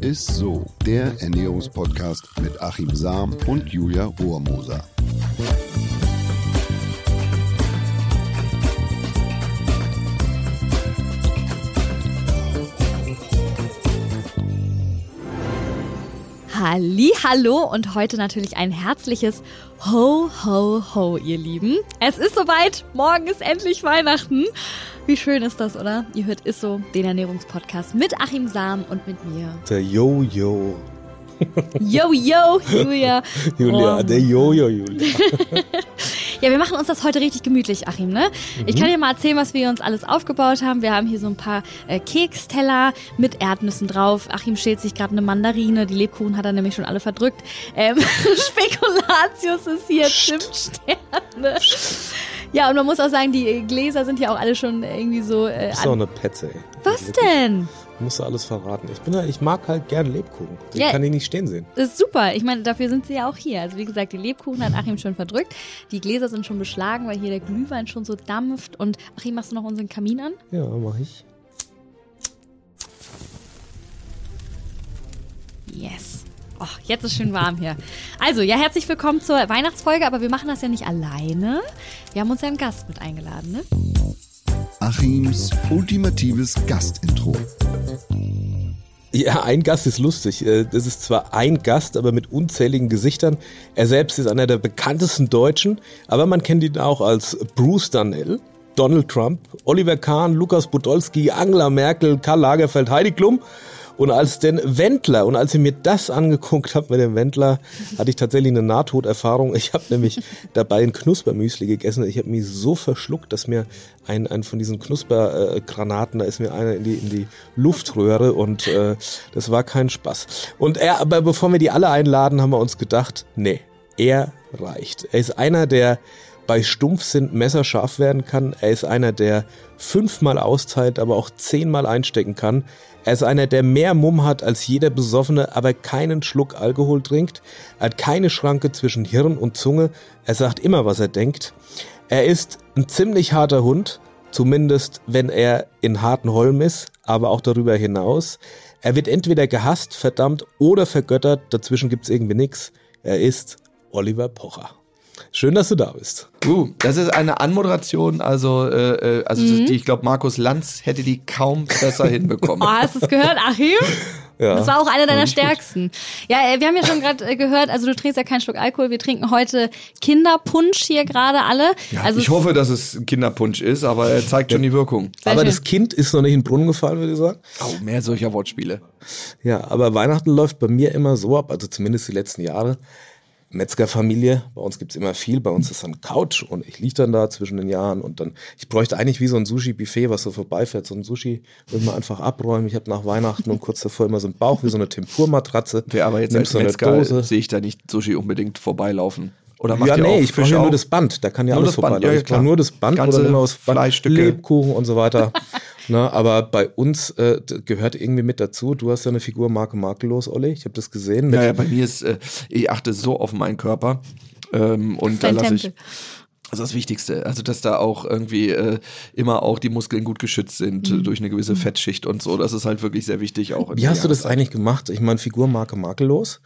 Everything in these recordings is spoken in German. ist so, der Ernährungspodcast mit Achim Sam und Julia Rohrmoser. Halli, hallo und heute natürlich ein herzliches Ho, ho, ho, ihr Lieben. Es ist soweit, morgen ist endlich Weihnachten. Wie schön ist das, oder? Ihr hört Isso, den Ernährungspodcast mit Achim Sam und mit mir. Der Jojo. Yo, yo, Julia. Julia, Oh. der Jojo, Julia. Ja, wir machen uns das heute richtig gemütlich, Achim, ne? Ich kann dir mal erzählen, was wir uns alles aufgebaut haben. Wir haben hier so ein paar äh, Keksteller mit Erdnüssen drauf. Achim schält sich gerade eine Mandarine. Die Lebkuchen hat er nämlich schon alle verdrückt. Ähm, Spekulatius ist hier, Zimtsterne. Ja, und man muss auch sagen, die äh, Gläser sind ja auch alle schon irgendwie so... Äh, Ist doch an eine Petze, ey. was denn? Musst du alles verraten. Ich bin ja, ich mag halt gern Lebkuchen. Ich Ja. kann ihn nicht stehen sehen. Das ist super. Ich meine, dafür sind sie ja auch hier. Also wie gesagt, die Lebkuchen hat Achim schon verdrückt. Die Gläser sind schon beschlagen, weil hier der Glühwein schon so dampft. Und Achim, machst du noch unseren Kamin an? Ja, mach ich. Yes. Oh, jetzt ist schön warm hier. Also, ja, herzlich willkommen zur Weihnachtsfolge, aber wir machen das ja nicht alleine. Wir haben uns ja einen Gast mit eingeladen, ne? Achims ultimatives Gastintro. Ja, ein Gast ist lustig. Äh, Das ist zwar ein Gast, aber mit unzähligen Gesichtern. Er selbst ist einer der bekanntesten Deutschen, aber man kennt ihn auch als Bruce Dunhill, Donald Trump, Oliver Kahn, Lukas Podolski, Angela Merkel, Karl Lagerfeld, Heidi Klum und als den Wendler. Und als ich mir das angeguckt habe mit dem Wendler, hatte ich tatsächlich eine Nahtoderfahrung. Ich habe nämlich dabei ein Knuspermüsli gegessen. Ich habe mich so verschluckt, dass mir ein, ein von diesen Knuspergranaten, da ist mir einer in die, in die Luftröhre und äh, das war kein Spaß. Und er, aber bevor wir die alle einladen, haben wir uns gedacht, nee, er reicht. Er ist einer, der bei Stumpfsinn messerscharf werden kann. Er ist einer, der fünfmal austeilt, aber auch zehnmal einstecken kann. Er ist einer, der mehr Mumm hat als jeder Besoffene, aber keinen Schluck Alkohol trinkt. Er hat keine Schranke zwischen Hirn und Zunge. Er sagt immer, was er denkt. Er ist ein ziemlich harter Hund, zumindest wenn er in Hartenholm ist, aber auch darüber hinaus. Er wird entweder gehasst, verdammt oder vergöttert. Dazwischen gibt's irgendwie nix. Er ist Oliver Pocher. Schön, dass du da bist. Uh, das ist eine Anmoderation, also, äh, äh, also die, ich glaube, Markus Lanz hätte die kaum besser Oh, hinbekommen. hast du es gehört, Achim? Ja. Das war auch einer deiner Nicht gut. stärksten. Ja, äh, wir haben ja schon gerade äh, gehört, also du trinkst ja keinen Schluck Alkohol. Wir trinken heute Kinderpunsch hier gerade alle. also ich hoffe, dass es ein Kinderpunsch ist, aber er zeigt schon die Wirkung. Sehr aber schön. das Kind ist noch nicht in den Brunnen gefallen, würde ich sagen. Oh, mehr solcher Wortspiele. Ja, aber Weihnachten läuft bei mir immer so ab, also zumindest die letzten Jahre. Metzgerfamilie, bei uns gibt's immer viel, bei uns ist dann Couch und ich lieg dann da zwischen den Jahren und dann, ich bräuchte eigentlich wie so ein Sushi-Buffet, was so vorbeifährt, so ein Sushi, will man einfach abräumen. Ich habe nach Weihnachten und kurz davor immer so einen Bauch wie so eine Tempurmatratze. Wer aber jetzt Nimmst als so eine Metzger äh, Dose. sehe ich da nicht Sushi unbedingt vorbeilaufen. Oder macht Ja, ihr nee, auch ich brauche Fisch ja auch? nur das Band. Da kann ja Nur alles das Band, vorbei. Also ja, ja, ich brauche klar. nur das Band Ganze oder nur das Band, Fleischstücke. Lebkuchen und so weiter. Na, aber bei uns äh, d- gehört irgendwie mit dazu. Du hast ja eine Figur Marke Makellos, Olli. Ich habe das gesehen. Mit, Ja, ja, bei mir ist, äh, ich achte so auf meinen Körper. Ähm, und da dein lasse ich. Tempel. Also das Wichtigste, also dass da auch irgendwie äh, immer auch die Muskeln gut geschützt sind äh, durch eine gewisse Fettschicht und so. Das ist halt wirklich sehr wichtig auch. in Wie der hast du das Jahreszeit. eigentlich gemacht? Ich meine, Figurmarke makellos.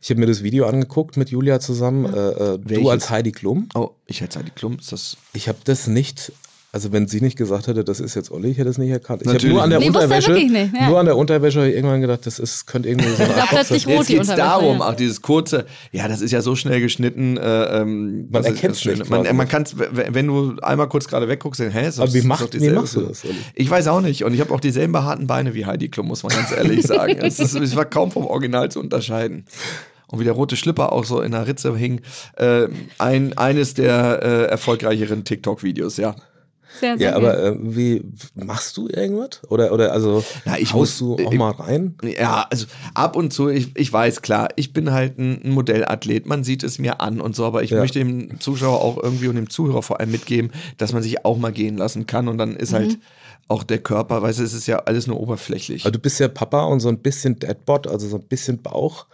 Ich habe mir das Video angeguckt mit Julia zusammen. Äh, äh, du Welches? als Heidi Klum. Oh, ich hätte Heidi Klum, ist das Ich habe das nicht. Also wenn sie nicht gesagt hätte, das ist jetzt Olli, ich hätte es nicht erkannt. Ich habe Natürlich nur an der nicht. Nee, wusste er Unterwäsche, wirklich nicht, ja. nur an der Unterwäsche hab ich irgendwann gedacht, das ist könnte irgendwie so eine war Art plötzlich Boxer- rot Jetzt die geht's Unterwäsche, darum, ja. auch dieses kurze, ja, das ist ja so schnell geschnitten. Äh, ähm, Man das ist erkennt's das Schöne. nicht quasi. Man, man kann's, w- wenn du einmal kurz gerade wegguckst, dann, hä, ist das- Aber wie, ist macht, doch wie dieselbe machst du Frisur. das, Olli? Ich weiß auch nicht. Und ich habe auch dieselben behaarten Beine wie Heidi Klum, muss man ganz ehrlich sagen. Es, ist, es war kaum vom Original zu unterscheiden. Und wie der rote Schlipper auch so in der Ritze hing. Äh, ein, eines der äh, erfolgreicheren TikTok-Videos, ja. Sehr, sehr Ja, gut. aber äh, wie machst du irgendwas? Oder oder also Na, ich haust muss- äh, du auch ich- mal rein? Ja, also ab und zu, ich, ich weiß, klar, ich bin halt ein ein Modellathlet, man sieht es mir an und so, aber ich Ja. möchte dem Zuschauer auch irgendwie und dem Zuhörer vor allem mitgeben, dass man sich auch mal gehen lassen kann und dann ist halt auch der Körper, weißt du, es ist ja alles nur oberflächlich. Also du bist ja Papa und so ein bisschen Deadbot, also so ein bisschen Bauch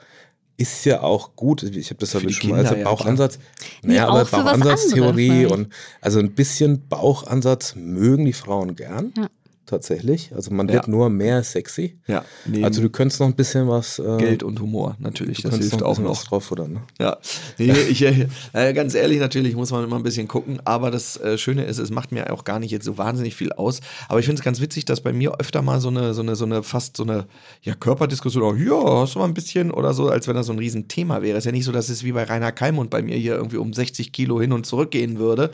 ist ja auch gut. Ich habe das ja Für die schon mal als Kinder, ja, Bauchansatz. Nee, naja, aber auch für was anderes, Bauchansatztheorie ne? und also ein bisschen Bauchansatz mögen die Frauen gern. Ja. tatsächlich. Also man Ja. wird nur mehr sexy. Ja, neben Also du könntest noch ein bisschen was. Äh, Geld und Humor natürlich, du das könntest hilft noch ein auch bisschen noch. was drauf, oder? Ne? Ja, nee, ich, äh, äh, ganz ehrlich, natürlich muss man immer ein bisschen gucken, aber das äh, Schöne ist, es macht mir auch gar nicht jetzt so wahnsinnig viel aus. Aber ich finde es ganz witzig, dass bei mir öfter mal so eine, so eine, so eine fast so eine ja, Körperdiskussion, oh, ja, hast du mal ein bisschen oder so, als wenn das so ein Riesenthema wäre. ist ja nicht so, dass es wie bei Rainer Kalmund bei mir hier irgendwie um 60 Kilo hin und zurück gehen würde.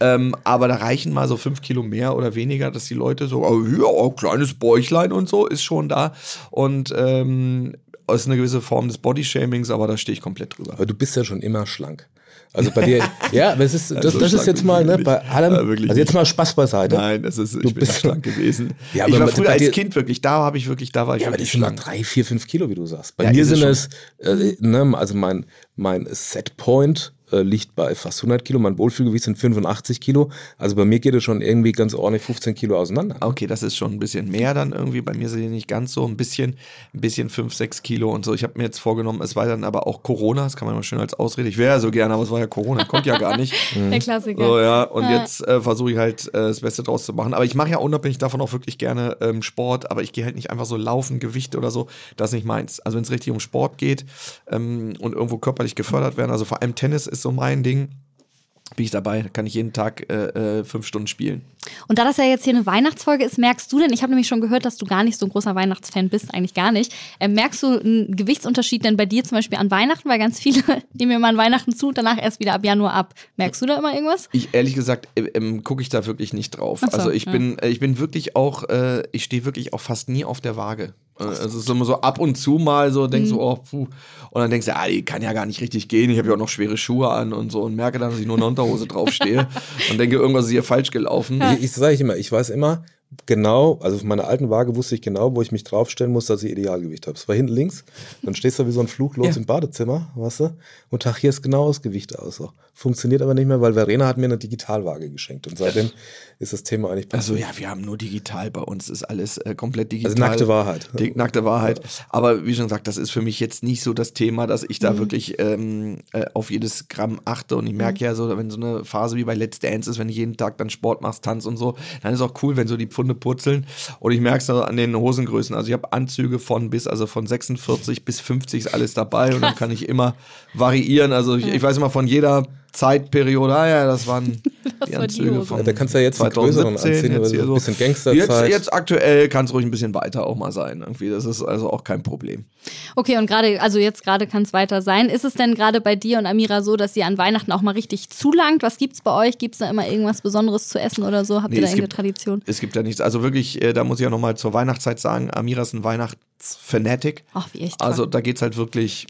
Ähm, aber da reichen mal so fünf Kilo mehr oder weniger, dass die Leute so, oh, ja, oh, kleines Bäuchlein und so ist schon da. Und ähm, ist eine gewisse Form des Bodyshamings, aber da stehe ich komplett drüber. Aber du bist ja schon immer schlank. Also bei dir, ja, aber es ist, das, Also das ist schlank jetzt mal, bin ne, ich bei nicht. allem, Ja, wirklich also jetzt nicht. mal Spaß beiseite. Nein, das ist, ich Du bin bist- bist schlank gewesen. Ja, ich aber war mit- früher bei als dir- Kind wirklich, da habe ich wirklich, da war ich Ja, aber die wirklich sind mal schlank. drei, vier, fünf Kilo, wie du sagst. Bei Ja, mir ist es sind es, äh, ne, also mein, mein Setpoint äh, liegt bei fast 100 Kilo, mein Wohlfühlgewicht sind 85 Kilo. Also bei mir geht es schon irgendwie ganz ordentlich 15 Kilo auseinander. Okay, das ist schon ein bisschen mehr dann irgendwie. Bei mir sind die nicht ganz so ein bisschen, ein bisschen 5, 6 Kilo und so. Ich habe mir jetzt vorgenommen, es war dann aber auch Corona, das kann man immer schön als Ausrede. Ich wäre ja so gerne, aber es war ja Corona, kommt ja gar nicht. Der Klassiker. So, ja, und Ja. jetzt äh, versuche ich halt äh, das Beste draus zu machen. Aber ich mache ja unabhängig davon auch wirklich gerne ähm, Sport, aber ich gehe halt nicht einfach so laufen, Gewichte oder so. Das ist nicht meins. Also wenn es richtig um Sport geht ähm, und irgendwo körperlich gefördert werden, also vor allem Tennis ist so mein Ding, bin ich dabei, kann ich jeden Tag äh, äh, fünf Stunden spielen. Und da das ja jetzt hier eine Weihnachtsfolge ist, merkst du denn, ich habe nämlich schon gehört, dass du gar nicht so ein großer Weihnachtsfan bist, eigentlich gar nicht. Äh, merkst du einen Gewichtsunterschied denn bei dir zum Beispiel an Weihnachten? Weil ganz viele nehmen immer an Weihnachten zu und danach erst wieder ab Januar ab. Merkst du da immer irgendwas? Ich ehrlich gesagt äh, ähm, gucke ich da wirklich nicht drauf. Ach so, also ich ja. bin, äh, ich bin wirklich auch, äh, ich stehe wirklich auch fast nie auf der Waage. Äh, also Es ist immer so ab und zu mal so, denkst Mhm. du, oh, puh. Und dann denkst du, ah, die kann ja gar nicht richtig gehen. Ich habe ja auch noch schwere Schuhe an und so und merke dann, dass ich nur in der Unterhose draufstehe und denke, irgendwas ist hier falsch gelaufen. Ich, ich sage ich immer, ich weiß immer genau, also auf meiner alten Waage wusste ich genau, wo ich mich draufstellen muss, dass ich Idealgewicht habe. Es war hinten links, dann stehst du wie so ein Fluglos Ja. im Badezimmer, weißt du, und tachierst genau das Gewicht aus. So. Funktioniert aber nicht mehr, weil Verena hat mir eine Digitalwaage geschenkt und seitdem ist das Thema eigentlich Also ja, wir haben nur digital bei uns, ist alles äh, komplett digital. Also nackte Wahrheit. Die nackte Wahrheit. Aber wie schon gesagt, das ist für mich jetzt nicht so das Thema, dass ich Mhm. da wirklich ähm, äh, auf jedes Gramm achte. Und ich merke Mhm. ja so, wenn so eine Phase wie bei Let's Dance ist, wenn du jeden Tag dann Sport machst, Tanz und so, dann ist auch cool, wenn so die Pfunde purzeln. Und ich merke es an den Hosengrößen. Also ich habe Anzüge von bis, also von 46 bis 50 ist alles dabei. Und dann kann ich immer variieren. Also ich, ich weiß immer von jeder Zeitperiode, ah ja, das waren die war die Anzüge Hose. von Ja, da kannst du ja jetzt einen größeren 2017, anziehen, jetzt oder so hier ein so. bisschen Gangsterzeit. Jetzt, jetzt aktuell kann es ruhig ein bisschen weiter auch mal sein. Irgendwie. Das ist also auch kein Problem. Okay, und gerade, also jetzt gerade kann es weiter sein. Ist es denn gerade bei dir und Amira so, dass ihr an Weihnachten auch mal richtig zulangt? Was gibt's bei euch? Gibt's da immer irgendwas Besonderes zu essen oder so? Habt Nee, ihr da es irgendeine gibt- Tradition? Es gibt ja nichts. Also wirklich, äh, da muss ich ja nochmal zur Weihnachtszeit sagen, Amira ist ein Weihnachtsfanatic. Ach, wie echt. Hm? Also da geht es halt wirklich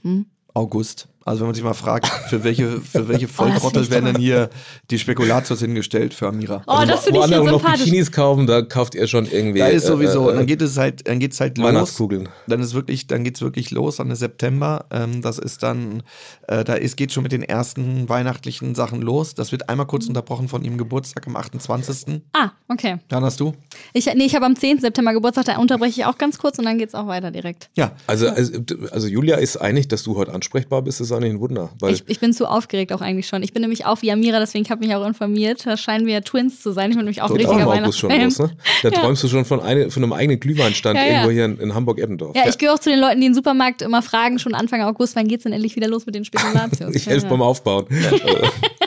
August. Also wenn man sich mal fragt, für welche, für Oh, welche Volltrottel echt werden wahr. denn hier die Spekulatius hingestellt für Amira? Also Oh, das finde wo ich andere jetzt noch sympathisch. Bikinis kaufen, da kauft ihr schon irgendwie. Da ist äh, sowieso, äh, dann geht es halt, dann geht's halt los. Weihnachtskugeln. Dann ist wirklich, dann geht's wirklich los, dann ist September. Ähm, das ist dann, äh, da ist, geht schon mit den ersten weihnachtlichen Sachen los. Das wird einmal kurz unterbrochen von ihrem Geburtstag am 28. Ah, okay. Dann hast du? Ich, nee, ich habe am 10. September Geburtstag, da unterbreche ich auch ganz kurz und dann geht's auch weiter direkt. Ja. also, also, also Julia ist einig, dass du heute ansprechbar bist, ist eigentlich ein Wunder. Weil Ich, ich bin zu aufgeregt auch eigentlich schon. Ich bin nämlich auch wie Amira, deswegen habe ich mich auch informiert. Da scheinen wir ja Twins zu sein. Ich bin nämlich auch ein Dort auch richtiger im August schon Weihnachtsfan. los, ne? Da träumst du schon von, eine, von einem eigenen Glühweinstand Ja, ja. irgendwo hier in, in Hamburg-Eppendorf. Ja, ich gehöre auch zu den Leuten, die im Supermarkt immer fragen, schon Anfang August, wann geht's denn endlich wieder los mit den Spekulatius? Ich helfe beim Aufbauen. Also,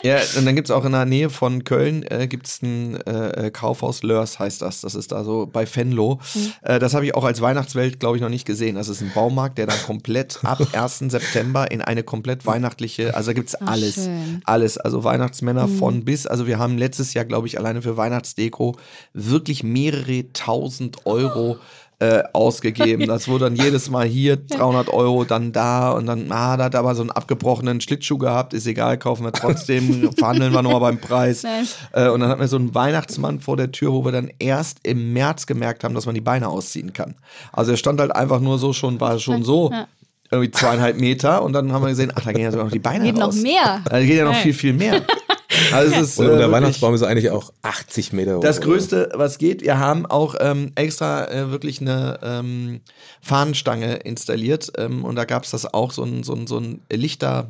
ja, und dann gibt's auch in der Nähe von Köln, äh, gibt's ein äh, Kaufhaus Lörs, heißt das. Das ist da so bei Venlo. Äh, das habe ich auch als Weihnachtswelt, glaube ich, noch nicht gesehen. Das ist ein Baumarkt, der dann komplett ab 1. September in eine komplett weihnachtliche, also da gibt's alles. schön. Alles, also Weihnachtsmänner Hm. von bis. Also wir haben letztes Jahr, glaube ich, alleine für Weihnachtsdeko wirklich mehrere tausend Euro Oh. äh, ausgegeben. Das wurde dann jedes Mal hier 300 Euro, dann da und dann, ah, da hat er aber so einen abgebrochenen Schlittschuh gehabt, ist egal, kaufen wir trotzdem, verhandeln wir nochmal beim Preis. Nein. Äh, und dann hatten wir so einen Weihnachtsmann vor der Tür, wo wir dann erst im März gemerkt haben, dass man die Beine ausziehen kann. Also er stand halt einfach nur so schon, war schon so. Irgendwie zweieinhalb Meter und dann haben wir gesehen, ach, da gehen ja sogar noch die Beine Geht noch raus. mehr. Da geht ja noch Geil. viel, viel mehr. Also es ist, Und, äh, und der wirklich- Weihnachtsbaum äh, ist eigentlich auch 80 Meter hoch. das Größte, was geht, wir haben auch ähm, extra äh, wirklich eine ähm, Fahnenstange installiert ähm, und da gab es das auch, so ein, so ein, so ein Lichter.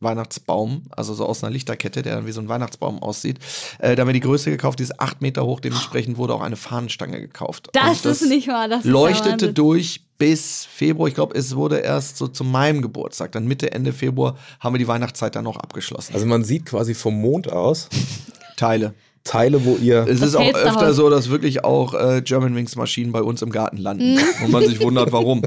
Weihnachtsbaum, also so aus einer Lichterkette, der dann wie so ein Weihnachtsbaum aussieht. Äh, da haben wir die Größe gekauft, die ist acht Meter hoch. Dementsprechend wurde auch eine Fahnenstange gekauft. Das, Und ist nicht wahr. Das ist leuchtete der Wahnsinn. durch bis Februar. Ich glaube, es wurde erst so zu meinem Geburtstag. Dann Mitte, Ende Februar haben wir die Weihnachtszeit dann noch abgeschlossen. Also man sieht quasi vom Mond aus Teile. Teile, wo ihr. Es Das ist auch hellste öfter Haus. so, dass wirklich auch äh, Germanwings-Maschinen bei uns im Garten landen. Und man sich wundert, warum.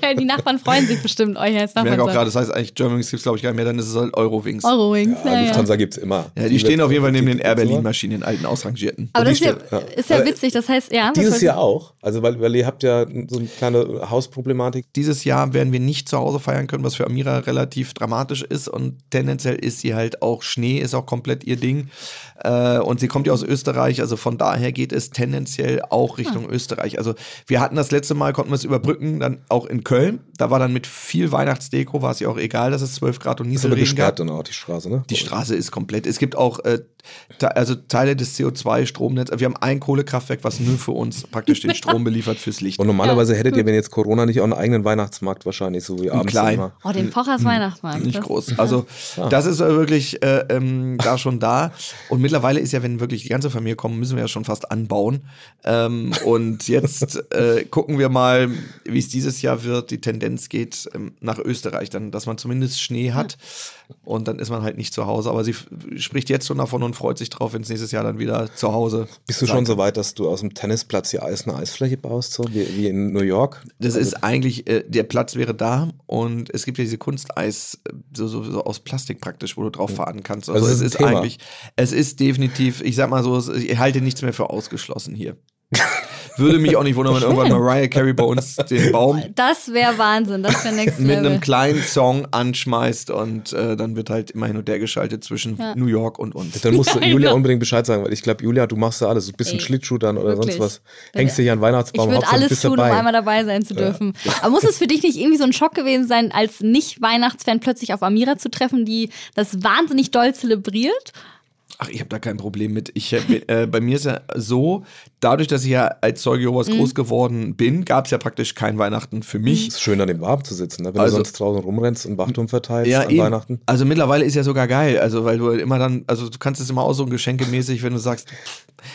Geil, Die Nachbarn freuen sich bestimmt. Euch als Ich Nachbarn. merke auch gerade, das heißt eigentlich, Germanwings gibt es, glaube ich, gar nicht mehr. Dann ist es halt Eurowings. Eurowings. Ja, Ja, ja. Lufthansa gibt's immer. Ja, die stehen auf jeden Fall neben den Air gibt's immer. Berlin-Maschinen, den alten, ausrangierten. Aber das ist die ja, stimmt, ja. ist ja Aber witzig. Das heißt, ja. was Dieses wollte- Jahr auch. Also, weil, weil ihr habt ja so eine kleine Hausproblematik. Dieses Jahr werden wir nicht zu Hause feiern können, was für Amira relativ dramatisch ist. Und tendenziell ist sie halt auch Schnee, ist auch komplett ihr Ding. Äh, und sie kommt ja aus Österreich, also von daher geht es tendenziell auch Richtung Österreich. Also wir hatten das letzte Mal, konnten wir es überbrücken, dann auch in Köln. Da war dann mit viel Weihnachtsdeko, war es ihr auch egal, dass es 12 Grad und Ist aber Nieselregen gab. gesperrt dann auch die Straße, ne? Die Straße ist komplett. Es gibt auch äh, te also Teile des CO2-Stromnetzes. Wir haben ein Kohlekraftwerk, was nur für uns praktisch den Strom beliefert fürs Licht. Und normalerweise hättet Hm. ihr, wenn jetzt Corona nicht auch einen eigenen Weihnachtsmarkt wahrscheinlich, so wie abends kleinen. immer. Oh, den Pochers Weihnachtsmarkt. Nicht Das- groß. Also das ist äh, wirklich äh, ähm, da schon da. Und mittlerweile ist ja, wenn wirklich die ganze Familie kommt, müssen wir ja schon fast anbauen. Ähm, und jetzt äh, gucken wir mal, wie es dieses Jahr wird. Die Tendenz geht ähm, nach Österreich, dann, dass man zumindest Schnee hat. Und dann ist man halt nicht zu Hause. Aber sie f- spricht jetzt schon davon und freut sich drauf, wenn es nächstes Jahr dann wieder zu Hause Bist du sein schon so weit, dass du aus dem Tennisplatz hier Eis eine Eisfläche baust, so wie, wie in New York? Das Also, ist eigentlich, äh, der Platz wäre da und es gibt ja diese Kunsteis, äh, so, so, so aus Plastik praktisch, wo du drauf fahren kannst. Also Also, es es ist ist ein Thema. eigentlich, es ist definitiv, ich sag mal so, es- ich halte nichts mehr für ausgeschlossen hier. Würde mich auch nicht wundern, wenn irgendwann Mariah Carey bei uns den Baum Das wäre Wahnsinn. Das wäre Next mit einem Level. kleinen Song anschmeißt und äh, dann wird halt immer hin und her geschaltet zwischen Ja. New York und uns. Dann musst du Ja, Julia genau. unbedingt Bescheid sagen, weil ich glaube, Julia, du machst ja alles. Du bist ein Ey, Schlittschuh dann oder wirklich. sonst was. Wenn- Hängst dich an den Ich Weihnachtsbaum, würde Hauptsache, du alles bist tun, um dabei. einmal dabei sein zu dürfen. Aber muss es für dich nicht irgendwie so ein Schock gewesen sein, als Nicht-Weihnachtsfan plötzlich auf Amira zu treffen, die das wahnsinnig doll zelebriert? Ach, ich habe da kein Problem mit. Ich, äh, äh, bei mir ist ja so, dadurch, dass ich ja als Zeuge Jehovas groß geworden bin, gab es ja praktisch kein Weihnachten für mich. Ist schön, an dem Abend zu sitzen, ne? wenn Also- du sonst draußen rumrennst und Wachturm verteilst an eben. Weihnachten. Also mittlerweile ist ja sogar geil, also weil du halt immer dann, also du kannst es immer aussuchen, geschenkemäßig, wenn du sagst,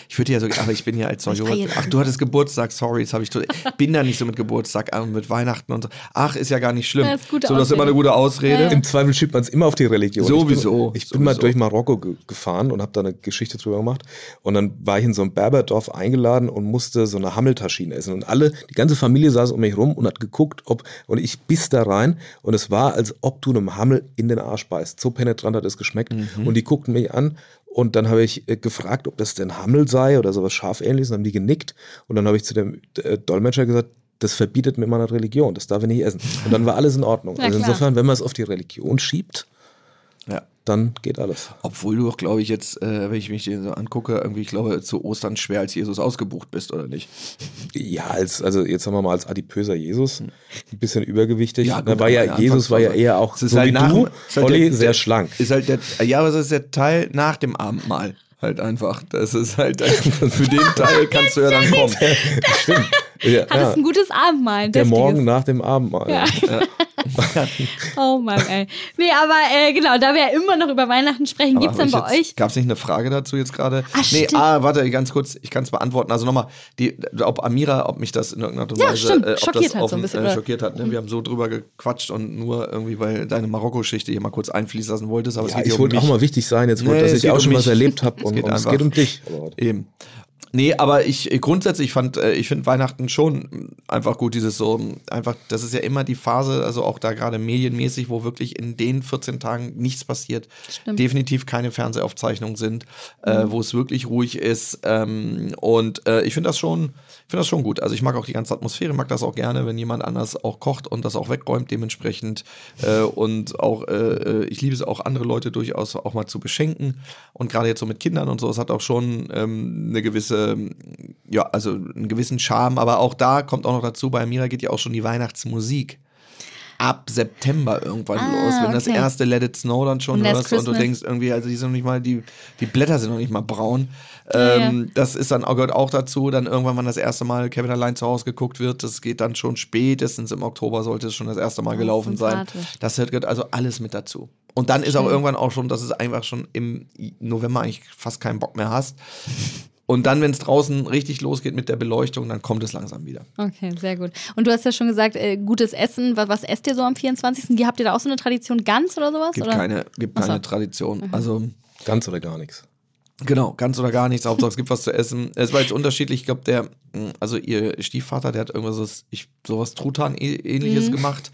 ich würde ja so, aber ich bin ja als Ich Zeuge Jehovas. feiere. Ach, du hattest Geburtstag, sorry, jetzt habe ich, to- bin da nicht so mit Geburtstag an, mit Weihnachten und so. Ach, ist ja gar nicht schlimm. Ja, ist gute so, das ist Ausrede. immer eine gute Ausrede. Ja, ja. Im Zweifel schiebt man es immer auf die Religion. Sowieso, Ich bin, ich bin mal sowieso. durch Marokko ge gefahren und habe da eine Geschichte drüber gemacht. Und dann war ich in so einem Berberdorf eingeladen und musste so eine Hammeltaschine essen. Und alle, die ganze Familie saß um mich rum und hat geguckt, ob, und ich biss da rein. Und es war, als ob du einem Hammel in den Arsch beißt. So penetrant hat es geschmeckt. Mhm. Und die guckten mich an. Und dann habe ich äh, gefragt, ob das denn Hammel sei oder sowas scharfähnliches. Und dann haben die genickt. Und dann habe ich zu dem äh, Dolmetscher gesagt, das verbietet mir meine Religion, das darf ich nicht essen. Und dann war alles in Ordnung. Na also klar. insofern, wenn man es auf die Religion schiebt, Ja. dann geht alles. Obwohl du auch, glaube ich, jetzt, äh, wenn ich mich dir so angucke, irgendwie, ich glaube, zu Ostern schwer als Jesus ausgebucht bist, oder nicht? Ja, als, also jetzt sagen wir mal als adipöser Jesus, ein bisschen übergewichtig. Hm. Ja, Ja, gut, Ne, war ja, aber Jesus war ja eher auch Es ist so halt wie nach- du, es ist halt Olli, der- sehr der- schlank. Ist halt der, ja, aber das ist der Teil nach dem Abendmahl. Halt einfach. Das ist halt, für den Teil kannst du ja dann kommen. Stimmt. Ja, halt Hattest ja. ein gutes Abendmahl. ein Der deftiges. Morgen nach dem Abendmahl. Ja. Oh Mann, ey. Nee, aber äh, genau, da wir ja immer noch über Weihnachten sprechen, gibt's dann bei euch. Gab es nicht eine Frage dazu jetzt gerade? Ah, stimmt. ah, warte, ganz kurz, ich kann es beantworten. Also nochmal, die- ob Amira, ob mich das in irgendeiner Art und Ja, Weise stimmt. äh, ob halt Schockiert das hat so ein offen, bisschen, äh, oder? schockiert hat. Mhm. Ne? Wir haben so drüber gequatscht und nur irgendwie, weil deine Marokko-Geschichte hier mal kurz einfließen lassen wolltest. Aber es Ja, geht hier ich um wollte auch mich. mal wichtig sein, jetzt, Nee, wollte, dass es ich geht auch um schon mal was mich. erlebt habe. Es Und, geht und es einfach. geht um dich. Eben. Nee, aber ich äh, grundsätzlich fand, äh, ich finde Weihnachten schon mh, einfach gut, dieses so, mh, einfach, das ist ja immer die Phase, also auch da gerade medienmäßig, wo wirklich in den 14 Tagen nichts passiert, Stimmt. definitiv keine Fernsehaufzeichnungen sind, äh, wo es wirklich ruhig ist. Ähm, und äh, ich finde das schon, ich finde das schon gut. Also ich mag auch die ganze Atmosphäre, mag das auch gerne, wenn jemand anders auch kocht und das auch wegräumt dementsprechend. Äh, und auch, äh, äh, ich liebe es auch, andere Leute durchaus auch mal zu beschenken. Und gerade jetzt so mit Kindern und so, es hat auch schon ähm, eine gewisse, ja, also einen gewissen Charme. Aber auch da kommt auch noch dazu, bei Mira geht ja auch schon die Weihnachtsmusik. ab September irgendwann Ah, los, wenn das okay. erste Let It Snow dann schon Und oder Last so, und du Christmas. denkst irgendwie, also die sind noch nicht mal, die, die Blätter sind noch nicht mal braun. Ja, ähm, Das ist dann, gehört auch dazu, dann irgendwann, wenn das erste Mal Kevin allein zu Hause geguckt wird, das geht dann schon spätestens im Oktober, sollte es schon das erste Mal Oh, gelaufen sein. sympathisch. Das gehört also alles mit dazu. Und dann ist auch irgendwann auch schon, dass es einfach schon im November eigentlich fast keinen Bock mehr hast. Und dann, wenn es draußen richtig losgeht mit der Beleuchtung, dann kommt es langsam wieder. Okay, sehr gut. Und du hast ja schon gesagt, äh, gutes Essen. Was, was esst ihr so am 24.? Habt ihr da auch so eine Tradition Gans oder sowas? Gibt oder? keine, gibt Ach so. Mhm. keine Tradition. Also Ganz oder gar nichts. Genau, ganz oder gar nichts. Hauptsache, es gibt was zu essen. Es war jetzt unterschiedlich. Ich glaube, der, mh, also ihr Stiefvater, der hat irgendwas, so, ich, sowas Truthahn-ähnliches gemacht.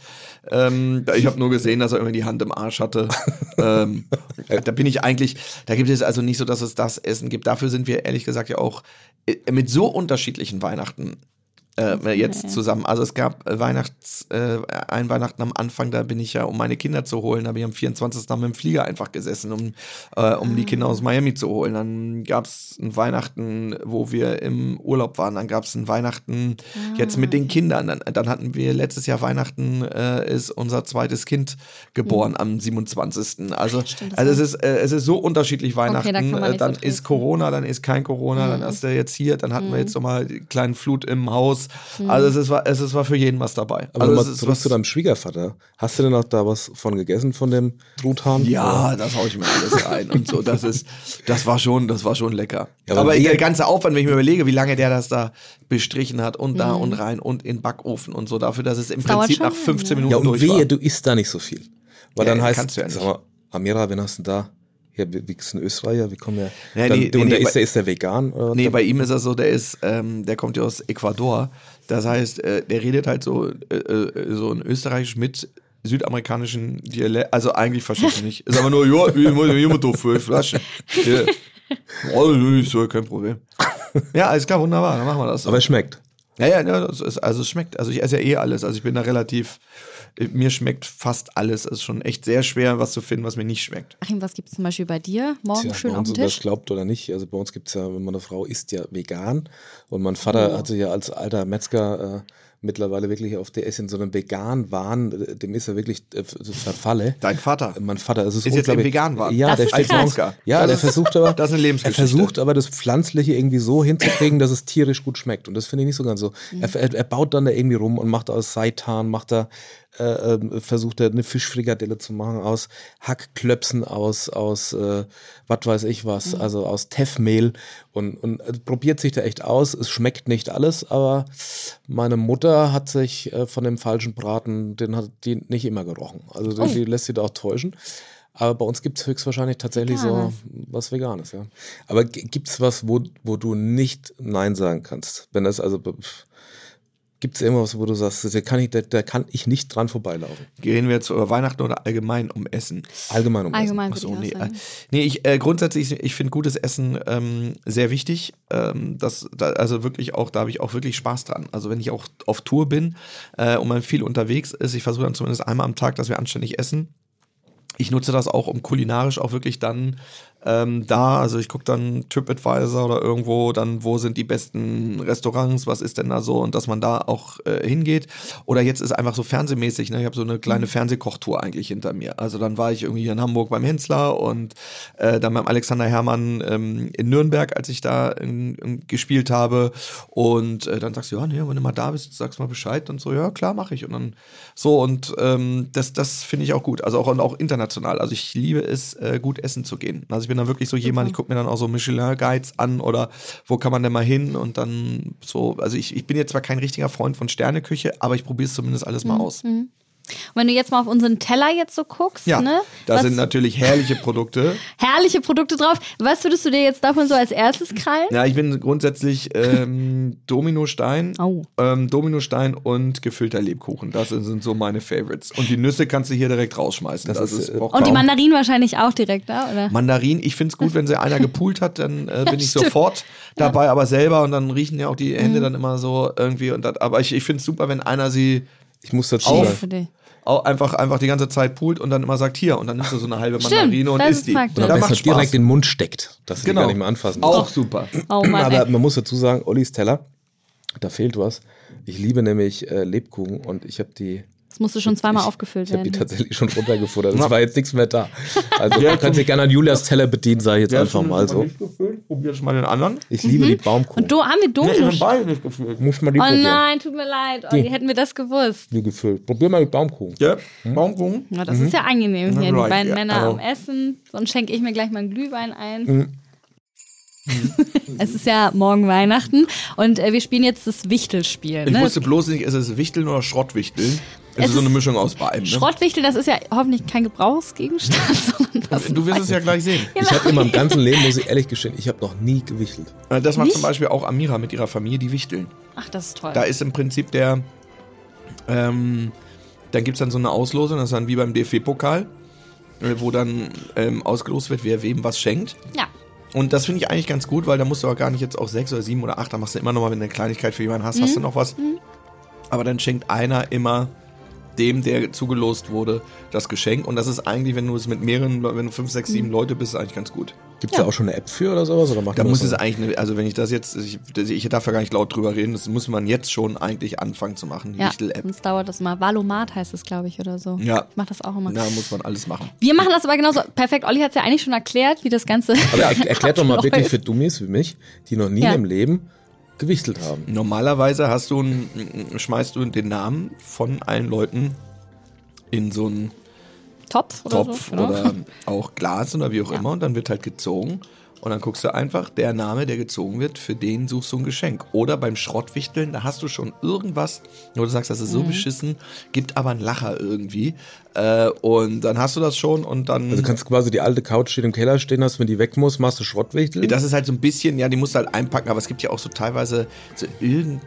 Ähm, ich habe nur gesehen, dass er irgendwie die Hand im Arsch hatte. ähm, da bin ich eigentlich, da gibt es also nicht so, dass es das Essen gibt. Dafür sind wir ehrlich gesagt ja auch äh, mit so unterschiedlichen Weihnachten äh, jetzt zusammen. Also es gab äh, Weihnachts, äh, ein Weihnachten am Anfang, da bin ich ja, um meine Kinder zu holen, da bin ich am 24. Abend im Flieger einfach gesessen, um, äh, um die Kinder aus Miami zu holen. Dann gab es ein Weihnachten, wo wir im Urlaub waren. Dann gab es ein Weihnachten jetzt Ah. mit den Kindern. Dann, dann hatten wir letztes Jahr Weihnachten äh, ist unser zweites Kind geboren am 27. Also, Mhm. stimmt, das also es ist äh, es ist so unterschiedlich Weihnachten. da kann man Äh, nicht so Mhm. dann ist treten. Corona, dann ist kein Corona, dann ist er jetzt hier, dann hatten Mhm. wir jetzt nochmal die kleinen Flut im Haus. Also es ist, wa- es ist war für jeden was dabei. Aber also nochmal es ist zurück was- zu deinem Schwiegervater. Hast du denn auch da was von gegessen, von dem Truthahn? ja, das hau ich mir alles rein und so. Das ist, das war schon, das war schon lecker. Ja, aber aber wir- der ganze Aufwand, wenn ich mir überlege, wie lange der das da bestrichen hat und da und rein und in den Backofen und so, dafür, dass es im Mhm. dauert Prinzip schon nach 15 lange. Minuten Ja, und durch wehe, war. du isst da nicht so viel. Weil Ja, dann ja, heißt, kannst du ja nicht. sag mal, Amira, wen hast du denn da? Ja, wie wie ist ein Österreicher? Wie kommen wir? Nee, dann, nee, und nee, der nee, ist, der ist der vegan? Oder Nee, was? bei ihm ist das so, der ist, ähm, der kommt ja aus Ecuador. Das heißt, äh, der redet halt so, äh, äh, so in Österreichisch mit südamerikanischen Dialekt. Also eigentlich verstehe ich nicht. Ist aber nur, ja, ich muss immer doof für Flaschen. Ja. Oh, nö, ist so, kein Problem. Ja, alles klar, wunderbar, dann machen wir das. so. aber es schmeckt. ja, ja, ja das ist, also es schmeckt. Also ich esse ja eh alles. Also ich bin da relativ, äh, mir schmeckt fast alles. Es ist schon echt sehr schwer, was zu finden, was mir nicht schmeckt. Achim, was gibt es zum Beispiel bei dir? Morgen Tja, schön bei auf uns, dem ob das Tisch. glaubt oder nicht. Also bei uns gibt es ja, wenn meine Frau isst ja vegan und mein Vater Oh. hatte ja als alter Metzger äh, mittlerweile wirklich auf der ist in so einem vegan Wahn, äh, dem ist er wirklich äh, so verfalle. Dein Vater. Mein Vater, also es ist, Ist jetzt im unglaublich. Vegan-Wahn. Ja, Das der ist steht krass. morgens, ja, Das der ist- versucht aber, das ist eine Lebensgeschichte. er versucht aber das Pflanzliche irgendwie so hinzukriegen, dass es tierisch gut schmeckt. Und das finde ich nicht so ganz so. Er, er, er baut dann da irgendwie rum und macht aus Seitan, macht da, äh, ähm, versucht er eine Fischfrikadelle zu machen aus Hackklöpsen, aus, aus, äh, was weiß ich was, also aus Teffmehl und, und äh, probiert sich da echt aus. Es schmeckt nicht alles, aber meine Mutter hat sich äh, von dem falschen Braten, den hat die nicht immer gerochen. Also die, Oh. die lässt sie da auch täuschen. Aber bei uns gibt es höchstwahrscheinlich tatsächlich so Veganes. was Veganes, ja. Aber gibt es was, wo, wo du nicht Nein sagen kannst? Wenn das also gibt es irgendwas, wo du sagst, da kann ich, da, da kann ich nicht dran vorbeilaufen. Gehen wir jetzt über Weihnachten oder allgemein um Essen? Allgemein um Allgemein Ach würde so, nee, ich auch äh, sagen. nee, ich äh, grundsätzlich, ich finde gutes Essen ähm, sehr wichtig. Ähm, das, da, also wirklich auch, da habe ich auch wirklich Spaß dran. Also wenn ich auch auf Tour bin äh, und man viel unterwegs ist, ich versuche dann zumindest einmal am Tag, dass wir anständig essen ich nutze das auch, um kulinarisch auch wirklich dann ähm, da, also ich gucke dann TripAdvisor oder irgendwo, dann wo sind die besten Restaurants, was ist denn da so und dass man da auch äh, hingeht. Oder jetzt ist einfach so fernsehmäßig, ne? ich habe so eine kleine Fernsehkochtour eigentlich hinter mir. Also dann war ich irgendwie hier in Hamburg beim Hensler und äh, dann beim Alexander Hermann ähm, in Nürnberg, als ich da in, in, ähm, gespielt habe. Und äh, dann sagst du, ja, nee, wenn du mal da bist, sagst mal Bescheid und so, ja, klar, mache ich. Und dann so, und ähm, das, das finde ich auch gut. Also auch, und auch international. Also ich liebe es, äh, gut essen zu gehen. Also ich bin dann wirklich so Mhm. jemand, ich gucke mir dann auch so Michelin-Guides an oder wo kann man denn mal hin und dann so. Also ich, ich bin jetzt zwar kein richtiger Freund von Sterneküche, aber ich probiere es zumindest alles mal aus. Mhm. Und wenn du jetzt mal auf unseren Teller jetzt so guckst, Ja, ne? da was, sind natürlich herrliche Produkte. herrliche Produkte drauf. Was würdest du dir jetzt davon so als erstes krallen? Ja, ich bin grundsätzlich ähm, Dominostein, Au. ähm, Dominostein und gefüllter Lebkuchen. Das sind sind so meine Favorites. Und die Nüsse kannst du hier direkt rausschmeißen. Das ist, äh, braucht Und die man- Mandarinen wahrscheinlich auch direkt, da, oder? Mandarin, ich find's gut, wenn sie einer gepoolt hat, dann äh, bin ich stimmt. Mhm. sofort dabei, aber selber und dann riechen ja auch die Hände dann immer so irgendwie. Und dat, aber ich, ich find's super, wenn einer sie Ich muss dazu Schön Auf- für sagen. dich. auch einfach, einfach die ganze Zeit poolt und dann immer sagt, hier, und dann nimmst du so eine halbe Stimmt, Mandarine und das isst ist die. praktisch. Da Oder macht besser Spaß. Genau. direkt in den Mund steckt, dass du die gar nicht mehr anfassen musst. Auch super. Oh Mann, Aber ey. man muss dazu sagen, Ollis Teller, da fehlt was. Ich liebe nämlich äh, Lebkuchen und ich habe die Das musste schon zweimal aufgefüllt Ich habe die werden. tatsächlich schon runtergefuttert. Es war jetzt nichts mehr da. Also man kann sich gerne an Julias Teller bedienen, sage ich jetzt einfach mal so. Probier schon mal den anderen. Ich liebe die Baumkuchen. Mhm. Und do, haben wir Donuts? Oh beiden nicht gefüllt. Muss mal die probieren. nein, tut mir leid. Oh, hätten wir das gewusst. Die gefüllt. Probier mal die Baumkuchen. Ja, Baumkuchen. Mhm. Na, das ist ja angenehm hier, die Alright, beiden ja, Männer also. am Essen. Sonst schenke ich mir gleich mal einen Glühwein ein. Mhm. Mhm. es ist ja morgen Weihnachten und äh, wir spielen jetzt das Wichtelspiel. Ich Ne? wusste bloß nicht, ist es Wichteln oder Schrottwichteln? Es Es ist so eine ist- Mischung aus beiden. Ne? Schrottwichtel, das ist ja hoffentlich kein Gebrauchsgegenstand, sondern das Du wirst es ja gleich sehen. Ich habe in meinem ganzen Leben, muss ich ehrlich gestehen, ich habe noch nie gewichtelt. Äh, Das macht Nicht? zum Beispiel auch Amira mit ihrer Familie, die wichteln. Ach, das ist toll. Da ist im Prinzip der, ähm, dann gibt es dann so eine Auslosung, das ist dann wie beim DFB-Pokal, äh, wo dann ähm, ausgelost wird, wer wem was schenkt. ja. Und das finde ich eigentlich ganz gut, weil da musst du auch gar nicht jetzt auch sechs oder sieben oder acht, da machst du immer nochmal, wenn du eine Kleinigkeit für jemanden hast, hast du noch was. Aber dann schenkt einer immer dem, der zugelost wurde, das Geschenk. Und das ist eigentlich, wenn du es mit mehreren, Le- wenn du fünf, sechs, sieben Leute bist, eigentlich ganz gut. Gibt es da auch schon eine App für oder sowas? Oder macht Da man muss das es eigentlich, eine- also wenn ich das jetzt, ich, ich darf ja gar nicht laut drüber reden, das muss man jetzt schon eigentlich anfangen zu machen, die Ja, Wichtel-App. sonst dauert das mal. Valomat heißt es, glaube ich, oder so. Ja. Ich mach das auch immer. Da muss man alles machen. Wir machen das aber genauso. Perfekt, Olli hat es ja eigentlich schon erklärt, wie das Ganze. Aber er, erklärt doch mal abläuft. wirklich für Dummies wie mich, die noch nie Ja. im Leben gewichtelt haben. Normalerweise hast du einen, schmeißt du den Namen von allen Leuten in so einen Topf oder Topf so. genau. oder auch Glas oder wie auch immer und dann wird halt gezogen und dann guckst du einfach, der Name, der gezogen wird, für den suchst du ein Geschenk. Oder beim Schrottwichteln, da hast du schon irgendwas, nur du sagst, das ist Mhm. so beschissen, gibt aber einen Lacher irgendwie äh, und dann hast du das schon und dann... Also kannst quasi die alte Couch, die im Keller stehen hast, wenn die weg muss, machst du Schrottwichtel. das ist halt so ein bisschen, ja, die musst du halt einpacken, aber es gibt ja auch so teilweise so irgend...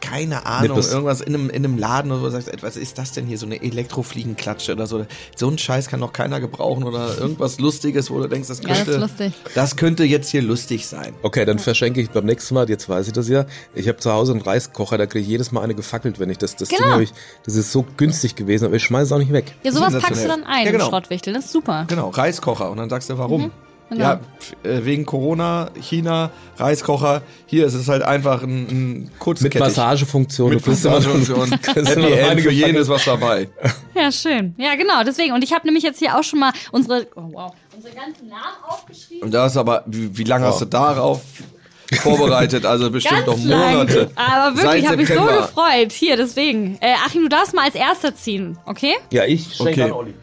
Keine Ahnung, Nippes. irgendwas in einem, in einem Laden oder so, wo du sagst, was ist das denn hier, so eine Elektrofliegenklatsche oder so. So ein Scheiß kann noch keiner gebrauchen oder irgendwas Lustiges, wo du denkst, das Ja, das ist könnte, lustig. das könnte jetzt hier lustig sein. Okay, dann verschenke ich beim nächsten Mal, jetzt weiß ich das ja. Ich habe zu Hause einen Reiskocher, da kriege ich jedes Mal eine gefackelt, wenn ich das, das Genau. Ding habe ich, das ist so günstig gewesen, aber ich schmeiße es auch nicht weg. Ja, sowas packst du Sensationell. dann ein, Ja, im genau. Schrottwichtel. Das ist super. Genau, Reiskocher. Und dann sagst du, warum? genau. Ja, pf, äh, wegen Corona, China, Reiskocher. Hier es ist es halt einfach ein, ein Mit Kurzkettich. Massagefunktion. Mit du kriegst immer so- Massagefunktion. kriegst immer Happy noch End eine für jeden gefackelt. ist was dabei. Ja, schön. Ja, genau, deswegen. Und ich habe nämlich jetzt hier auch schon mal unsere, oh, wow, unsere ganzen Namen aufgeschrieben. Und da ist aber, wie, wie lange hast du darauf vorbereitet? Also bestimmt noch Monate. Lang. Aber Seit wirklich, habe mich so September. gefreut. Hier, deswegen. Äh, Achim, du darfst mal als erster ziehen, okay? Ja, ich schenke Okay. an Olli.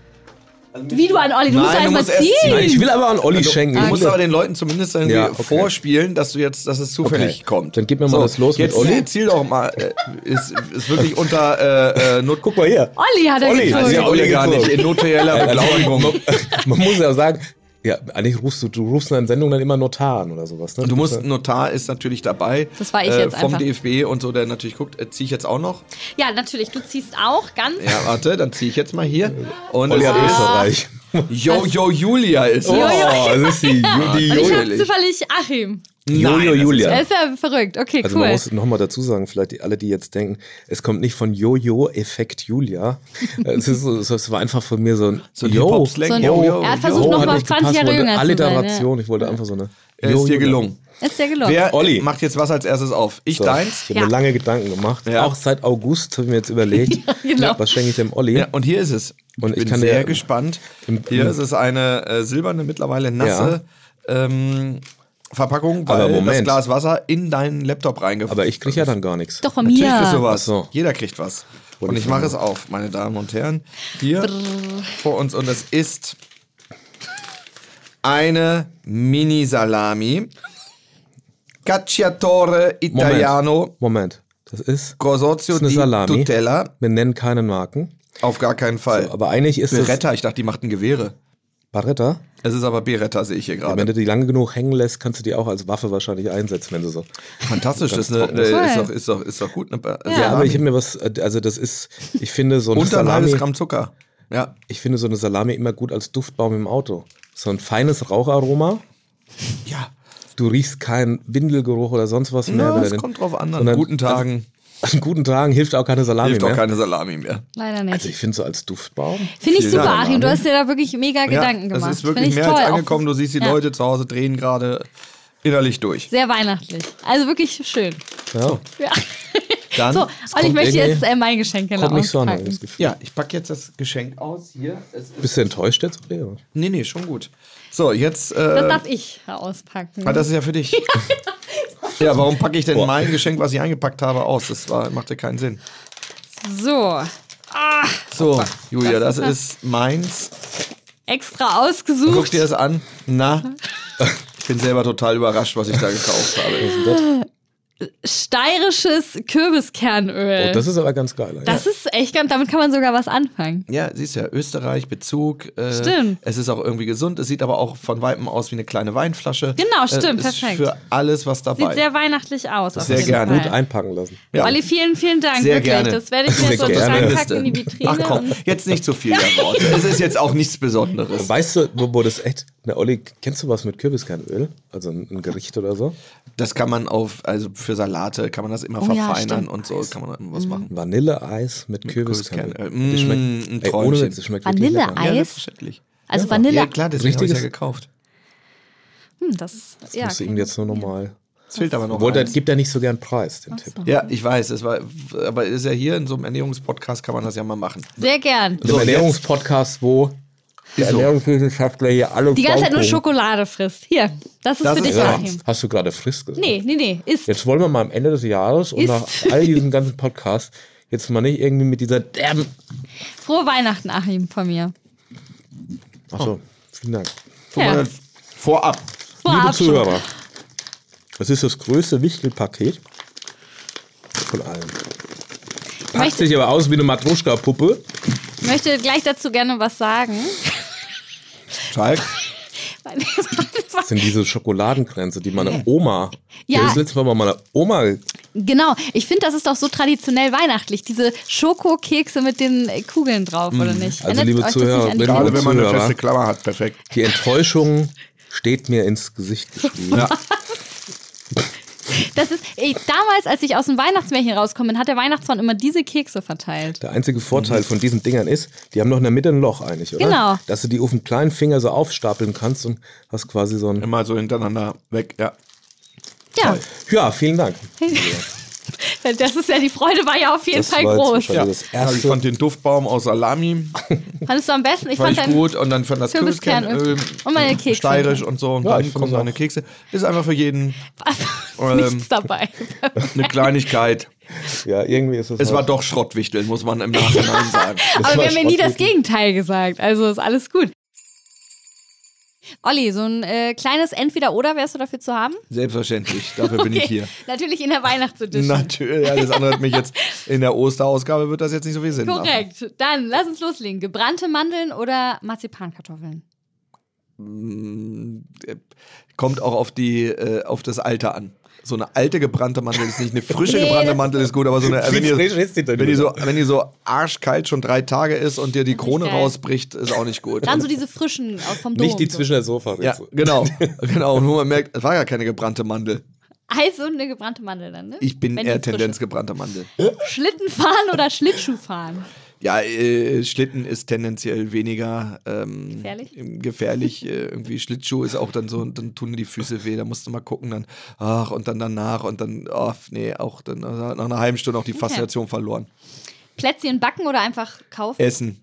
Wie du an Olli, du Nein, musst du erst mal musst erst ziehen. ziehen. Nein, ich will aber an Olli schenken. Also, Du Ich musst will- aber den Leuten zumindest irgendwie Ja, okay. vorspielen, dass du jetzt, dass es zufällig Okay. kommt. Dann gib mir mal das Los mit jetzt Olli. Ziel doch mal. Äh, ist, ist wirklich unter äh, äh, Not Guck mal hier. Olli hat er Olli, gezogen. also Also ja, ja, Olli Olli gar gezogen. nicht. In notarieller Beglaubigung. Man muss ja sagen, ja, eigentlich rufst du, du rufst in einer Sendung dann immer Notar an oder sowas. Ne? Du musst, bist Notar ist natürlich dabei. Äh, Das war ich jetzt Vom einfach. DFB und so, der natürlich guckt, äh, ziehe ich jetzt auch noch? Ja, natürlich, du ziehst auch ganz. Ja, warte, dann ziehe ich jetzt mal hier. Und ja- Olli es hat Österreich. ist Jo, Ah. jo, Ah, Julia ist es. Oh, das ist die, Ju- die Und ich Julia. habe zufällig Achim. Nein, Jojo das ist- Julia. Das ist ja verrückt. Okay, Also man cool. muss nochmal dazu sagen, vielleicht die, alle, die jetzt denken, es kommt nicht von Jojo-Effekt Julia. es, ist, so- es war einfach von mir so ein So ein Yo. Hip-Hop-Slang. So ein- Jo, er jo, hat jo. versucht, Yo noch hat mal nicht 20 Jahre gepasst, wollte jünger zu sein, Alliteration, ich wollte einfach so eine Es ist dir gelungen. Ist ja gelungen. Wer Olli. macht jetzt was als erstes auf? Ich So, deins. Ich habe Ja. mir lange Gedanken gemacht. Ja. Auch seit August habe ich mir jetzt überlegt, genau. was schenke ich dem Olli? Ja, und hier ist es. Und ich bin kann sehr dir- gespannt. im- hier im- ist es eine äh, silberne, mittlerweile nasse ähm, Verpackung, Aber weil das Moment. Glas Wasser in deinen Laptop reingefallen Aber ich kriege ja dann gar nichts. Doch von Natürlich kriegst du mir. was. Ach so. Jeder kriegt was. Und ich mache es auf, meine Damen und Herren. Hier vor uns und es ist eine Mini-Salami. Cacciatore Italiano Moment, das ist, Corsozio ist eine di Salami. Tutela. Wir nennen keinen Marken. Auf gar keinen Fall. Aber eigentlich ist es Beretta, ich dachte, die machten Gewehre. Barretta. Es ist aber Beretta, sehe ich hier gerade. Wenn du die lange genug hängen lässt, kannst du die auch als Waffe wahrscheinlich einsetzen, wenn du so. Fantastisch, das ist, eine, eine, Cool. ist, doch, ist, doch, ist doch gut. ne? Eine Ba- Ja, Salami. aber ich habe mir was, äh, also das ist, ich finde so eine Unter ein halbes Salami, Gramm Zucker. Ja. ich finde so eine Salami immer gut als Duftbaum im Auto. So ein feines Raucharoma. Ja. Du riechst keinen Windelgeruch oder sonst was mehr. Na, wenn es du den- kommt drauf an. An sondern- guten Tagen Also, an guten Tagen hilft auch keine Salami hilft mehr. auch keine Salami mehr. Leider also nicht. ich finde so als Duftbaum. Finde ich Vielen super, Dank, Achim. Du Arne. hast dir da wirklich mega Gedanken gemacht. Das ist wirklich Finde mehr ich als toll. angekommen. Du siehst die Ja. Leute zu Hause drehen gerade innerlich durch. Sehr weihnachtlich. Also wirklich schön. Ja. Ja. Dann So, und ich kommt eh- möchte irgendwie- jetzt äh, mein Geschenk genau Kommt nicht so an, hab ich auspacken. das Gefühl. Ja, ich packe jetzt das Geschenk aus hier. Es ist Bist du enttäuscht jetzt? Oder? nee, nee, schon gut. So, jetzt. Äh, Das darf ich genau. auspacken. ah, das ist ja für dich. ja, warum packe ich denn mein Geschenk, was ich eingepackt habe, aus? Das war, machte keinen Sinn. So, So, Julia, das ist meins. extra Guck ausgesucht. dir das an. Mhm. Na? Ich bin selber total überrascht, was ich da gekauft habe. Steirisches Kürbiskernöl. Oh, das ist aber ganz geil. ja. Äh, Das ist echt ganz, damit kann man sogar was anfangen. Ja, siehst du ja, Österreich, Bezug. Äh, Stimmt. Es ist auch irgendwie gesund. Es sieht aber auch von Weitem aus wie eine kleine Weinflasche. Äh, Genau, stimmt, ist perfekt. Für alles, was Sieht dabei sehr weihnachtlich aus. Auf Sehr jeden gerne. Fall. Gut einpacken lassen. Ja. Olli, vielen, vielen Dank. Sehr wirklich. gerne. Das werde ich mir Sehr so gerne. reinpacken in die Vitrine. Ach komm, und- jetzt nicht zu viel der Worte. Es ist jetzt auch nichts Besonderes. Weißt du, wo, wo das echt. Na, Olli, kennst du was mit Kürbiskernöl? Also ein, ein Gericht oder so? Das kann man auf, also für Salate kann man das immer Oh ja, verfeinern stimmt. Mhm. und so kann man immer was machen. Vanilleeis mit Kürbiskernöl. Kürbiskernöl. Das Mm, ein schmeckt, ey, ohne Träumchen. Witz, das schmeckt wirklich Vanille- lecker. Eis? Ja, selbstverständlich. Also Ja. Vanille. Ja, klar, deswegen habe ich ja Richtiges- gekauft. Hm, das, ja, Musst du ihm jetzt nur nochmal. Es fehlt aber noch Obwohl, das eins. gibt er nicht so gern Preis, den Tipp. Ja, ich weiß, es war, aber ist ja hier in so einem Ernährungspodcast kann man das ja mal machen. Sehr gern. So, Ernährungspodcast, wo der so. Ernährungswissenschaftler hier alle Die ganze Zeit nur Baum- Schokolade frisst. Hier, das ist Das für ist dich, wahr. Achim. Hast du gerade Frist gesagt? Nee, nee, nee, ist. Jetzt wollen wir mal am Ende des Jahres und Ist- nach all diesen ganzen Podcasts jetzt mal nicht irgendwie mit dieser derben. Frohe Weihnachten, Achim, von mir. Achso, Oh, vielen Dank. Guck Ja. mal, vorab. Liebe Vorab schon. Zuhörer, das ist das größte Wichtelpaket von allen. Packt möchte- sich aber aus wie eine Matroschka-Puppe. Ich möchte gleich dazu gerne was sagen. Schalk. Das sind diese Schokoladenkränze, die meine Oma. Ja. Ja. Das letzte Mal bei meiner Oma. genau, ich finde, das ist doch so traditionell weihnachtlich. Diese Schokokekse mit den äh, Kugeln drauf, oder nicht? Also, Erinnert liebe euch das nicht an die- Zuhörerinnen und- Zuhörer. Klammer hat, perfekt. Die Enttäuschung steht mir ins Gesicht geschrieben. Ja. Das ist, ey, damals, als ich aus dem Weihnachtsmärchen rauskomme, hat der Weihnachtsmann immer diese Kekse verteilt. Der einzige Vorteil von diesen Dingern ist, die haben doch in der Mitte ein Loch eigentlich, oder? Genau. Dass du die auf dem kleinen Finger so aufstapeln kannst und hast quasi so ein. Immer so hintereinander weg, ja. Ja, Ja, vielen Dank. das ist ja, die Freude war ja auf jeden Das Fall war jetzt groß. wahrscheinlich- ja. Also das erste- ich fand den Duftbaum aus Salami, Fandest du am besten? Ich fand fand dein, ich gut. Und dann fand das Kürbiskernöl. Kürbiskernöl Und meine Kekse. steirisch und so. Und Ja, ich dann finde kommen das meine auch. Kekse. Ist einfach für jeden ähm, nichts dabei. eine Kleinigkeit. Ja, irgendwie ist es. Es halt- war doch Schrottwichteln, muss man im Nachhinein sagen. Das Aber wir war haben ja nie das Schrottwichteln. Gegenteil gesagt. Also ist alles gut. Olli, so ein äh, kleines Entweder-Oder wärst du dafür zu haben? Selbstverständlich, dafür bin ich hier. Natürlich in der Weihnachtsedition. Natürlich, alles andere hat mich jetzt in der Osterausgabe wird das jetzt nicht so viel Sinn machen. Korrekt. Dann lass uns loslegen. Gebrannte Mandeln oder Marzipankartoffeln? Mm, äh, Kommt auch auf die äh, auf das Alter an. So eine alte gebrannte Mandel ist nicht eine frische Nee, gebrannte das- Mandel ist gut, aber so eine äh, Wie wenn die, frisch ist die denn wenn die so wieder? wenn die so arschkalt schon drei Tage ist und dir die Krone geil. rausbricht, ist auch nicht gut. Dann so diese frischen äh, vom Dom. Nicht die so. zwischen der Sofa. ja, genau, genau. Und wo man merkt, es war ja keine gebrannte Mandel. Also eine gebrannte Mandel dann, ne? Ich bin Wenn die eher frische- Tendenz gebrannte Mandel. Schlittenfahren oder Schlittschuhfahren? Ja, äh, Schlitten ist tendenziell weniger ähm, Gefährlich? ähm, gefährlich. Äh, irgendwie Schlittschuh ist auch dann so, dann tun dir die Füße weh, da musst du mal gucken, dann, ach, und dann danach und dann, ach, nee, auch dann äh, nach einer halben Stunde auch die Faszination verloren. Plätzchen backen oder einfach kaufen? Essen,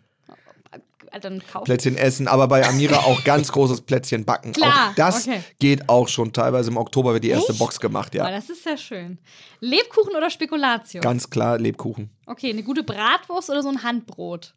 Äh, dann kaufen. Plätzchen essen, aber bei Amira auch ganz großes Plätzchen backen. Klar, auch das okay. geht auch schon. Teilweise im Oktober wird die erste Echt? Box gemacht, Oh, ja. das ist ja schön. Lebkuchen oder Spekulatius? Ganz klar Lebkuchen. Okay, eine gute Bratwurst oder so ein Handbrot?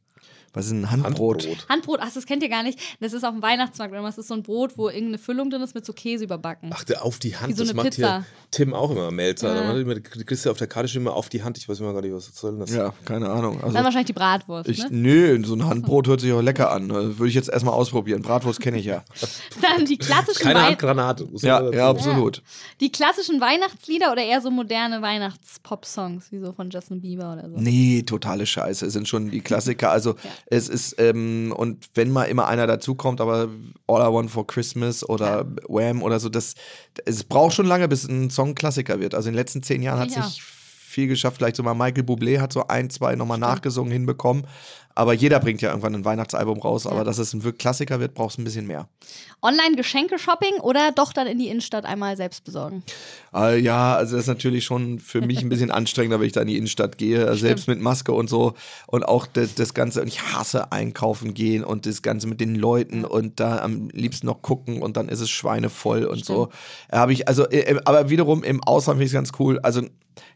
Was ist ein Handbrot? Handbrot. Handbrot, ach, das kennt ihr gar nicht. Das ist auf dem Weihnachtsmarkt. immer. Das ist so ein Brot, wo irgendeine Füllung drin ist mit so Käse überbacken. Achte auf die Hand. Wie so das eine macht Pizza. hier Tim auch immer Melzer. Ja. Da macht er immer- Du kriegst ja auf der Karte schon immer auf die Hand. Ich weiß immer gar nicht, was soll denn das? Ja, keine Ahnung. Also, Dann wahrscheinlich die Bratwurst. ich, ne? nö, so ein Handbrot hört sich auch lecker an. Also, Würde ich jetzt erstmal ausprobieren. Bratwurst kenne ich ja. Dann die klassischen, Keine Wei- Handgranate. muss man Ja, dazu ja, sagen. absolut. die klassischen Weihnachtslieder oder eher so moderne Weihnachts-Pop-Songs, wie so von Justin Bieber oder so. Nee, totale Scheiße. Es sind schon die Klassiker. Also es ist, ähm, und wenn mal immer einer dazukommt, aber All I Want for Christmas oder Wham oder so, das es braucht schon lange, bis ein Song Klassiker wird. Also in den letzten zehn Jahren hat Ja. sich viel geschafft. Vielleicht so mal Michael Bublé hat so ein, zwei nochmal nachgesungen hinbekommen. Aber jeder bringt ja irgendwann ein Weihnachtsalbum raus. Aber dass es ein wirklich Klassiker wird, brauchst du ein bisschen mehr. Online-Geschenke-Shopping oder doch dann in die Innenstadt einmal selbst besorgen? Äh, ja, also das ist natürlich schon für mich ein bisschen anstrengender, wenn ich da in die Innenstadt gehe, äh, selbst mit Maske und so. Und auch das, das Ganze, und ich hasse einkaufen gehen und das Ganze mit den Leuten und da am liebsten noch gucken und dann ist es schweinevoll und so. Habe ich, also, äh, äh, aber wiederum im Ausland finde ich es ganz cool. Also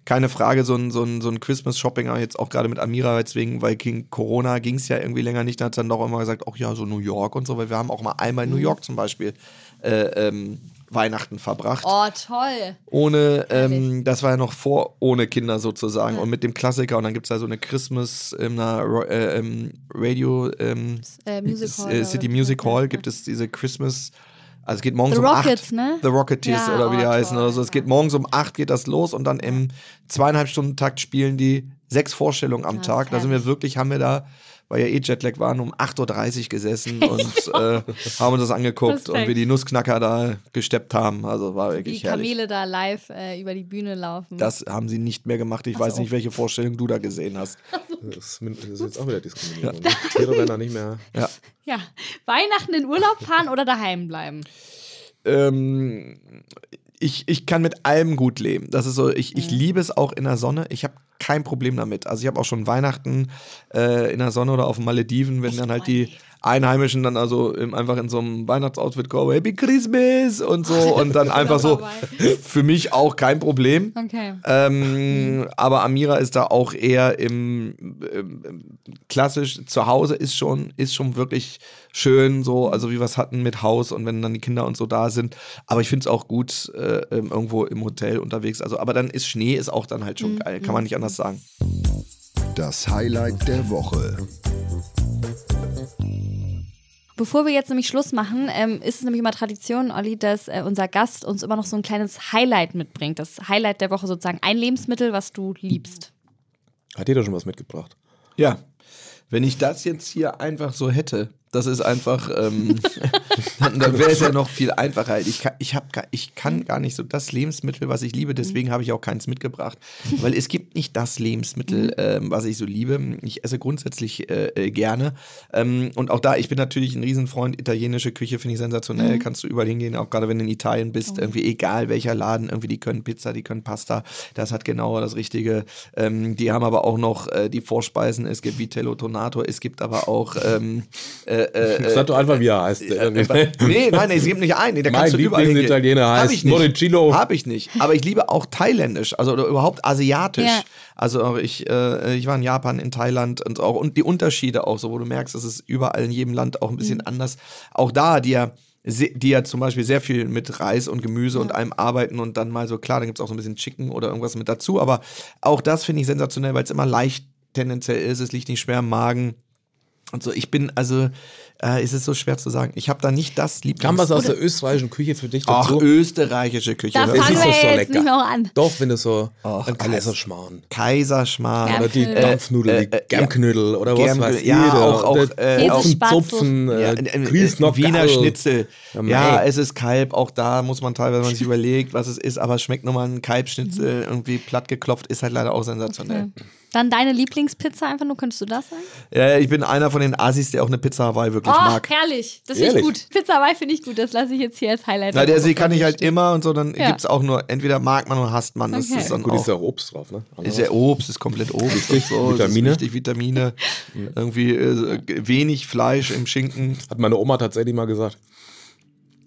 keine Frage, so ein, so ein, so ein Christmas-Shopping, aber jetzt auch gerade mit Amira, deswegen, weil King Corona ging es ja irgendwie länger nicht, da hat dann doch immer gesagt, ach ja, so New York und so, weil wir haben auch mal einmal in New York zum Beispiel äh, ähm, Weihnachten verbracht. Oh, toll. Ohne, ähm, das war ja noch vor ohne Kinder sozusagen und mit dem Klassiker und dann gibt es da so eine Christmas in einer Ro- äh, ähm, Radio ähm, Äh, Music Hall. äh, oder City was? Music Ja, Hall ja. gibt es diese Christmas, also es geht morgens The um acht. Rockets, ne? The Rocketeers Ja, oder wie die oh, heißen toll, oder so. Es ja. geht morgens um acht geht das los und dann im zweieinhalb Stunden Takt spielen die sechs Vorstellungen am Ja, Tag. Da sind wir Ah, herrlich. wirklich, haben wir da, weil ja eh Jetlag waren, um 8.30 Uhr gesessen und äh, haben uns das angeguckt und Respekt. wie die Nussknacker da gesteppt haben. Also war Die wirklich herrlich. Kamele da live äh, über die Bühne laufen. Das haben sie nicht mehr gemacht. Ich weiß nicht, welche Vorstellung du da gesehen hast. Das ist, min- das ist jetzt auch wieder Diskriminierung. Tiere werden da nicht mehr. Ja. ja. Weihnachten in Urlaub fahren oder daheim bleiben? ähm, ich, ich kann mit allem gut leben. Das ist so, ich, ich liebe es auch in der Sonne. Ich habe kein Problem damit. Also ich habe auch schon Weihnachten äh, in der Sonne oder auf den Malediven, wenn dann halt die Einheimischen dann also im, einfach in so einem Weihnachtsoutfit kommen, Happy Christmas und so und dann einfach so vorbei. für mich auch kein Problem. Okay. Ähm, aber Amira ist da auch eher im ähm, klassisch zu Hause ist schon ist schon wirklich schön so also wie wir es hatten mit Haus und wenn dann die Kinder und so da sind aber ich finde es auch gut äh, ähm, irgendwo im Hotel unterwegs also aber dann ist Schnee ist auch dann halt schon geil kann man nicht anders sagen Das Highlight der Woche. Bevor wir jetzt nämlich Schluss machen, ähm, ist es nämlich immer Tradition, Olli, dass äh, unser Gast uns immer noch so ein kleines Highlight mitbringt. Das Highlight der Woche sozusagen. Ein Lebensmittel, was du liebst. Hat jeder schon was mitgebracht? ja wenn ich das jetzt hier einfach so hätte das ist einfach ähm, dann, dann wäre es ja noch viel einfacher ich kann, ich hab, gar- ich kann gar nicht so das Lebensmittel was ich liebe deswegen habe ich auch keins mitgebracht weil es gibt nicht das Lebensmittel ähm, was ich so liebe ich esse grundsätzlich äh, äh, gerne ähm, und auch da ich bin natürlich ein Riesenfreund italienische Küche finde ich sensationell kannst du überall hingehen auch gerade wenn du in Italien bist irgendwie egal welcher Laden irgendwie die können Pizza die können Pasta das hat genau das richtige ähm, die haben aber auch noch äh, die Vorspeisen es gibt Vitello Tonato es gibt aber auch ähm, äh, äh, Äh, Sag doch einfach, wie er heißt. äh, nee, nein, nee, es gibt nicht einen. Nee, da Mein kannst du überall hingehen. Lieblingsitaliener Hab heißt ich nicht. Moricillo. Hab ich nicht. Aber ich liebe auch thailändisch, also oder überhaupt asiatisch. Ja. Also ich, äh, ich war in Japan, in Thailand und auch und die Unterschiede auch so, wo du merkst, es ist überall in jedem Land auch ein bisschen anders. Auch da, die ja se- die ja zum Beispiel sehr viel mit Reis und Gemüse und allem arbeiten und dann mal so, klar, dann gibt es auch so ein bisschen Chicken oder irgendwas mit dazu, aber auch das finde ich sensationell, weil es immer leicht tendenziell ist, es liegt nicht schwer im Magen und so. Ich bin, also, äh, es ist so schwer zu sagen. Ich habe da nicht das Lieblings... Kam was aus der österreichischen Küche für dich Ach, dazu? österreichische Küche. ne? Da hör Das fangen wir ist mal. doch so jetzt lecker. nicht mehr auch an. Doch, wenn du so Ach, ein alles. Kaiserschmarrn. Kaiserschmarrn. Ja, Oder die Äpfel. Dampfnudel, die Äh, äh, Germknödel oder was Germ- weiß ich. ja, oder auch- auch, der äh, Topfen, auch- Zupfen, Ja, äh, äh, äh, Grießnock, Wiener Gabel. Schnitzel. Ja, Ja, Mann, ey. es ist Kalb. Auch da muss man teilweise, wenn man sich überlegt, was es ist, aber schmeckt nochmal ein Mhm. Kalbschnitzel irgendwie platt geklopft, ist halt leider auch sensationell. Dann deine Lieblingspizza einfach nur, könntest du das sagen? Ja, ich bin einer von den Asis, der auch eine Pizza Hawaii wirklich oh, mag. herrlich. Das finde ich Ehrlich? gut. Pizza Hawaii finde ich gut. Das lasse ich jetzt hier als Highlight. Na, der der See kann ich halt immer und so, dann Ja. gibt's auch nur, entweder mag man oder hasst man. Das Okay. ist dann Gut, auch, ist ja Obst drauf, ne? Ist ja Obst, ist komplett Obst. Richtig, und so, es Vitamine. Ist richtig Vitamine. Irgendwie äh, g- wenig Fleisch im Schinken. Hat meine Oma tatsächlich mal gesagt.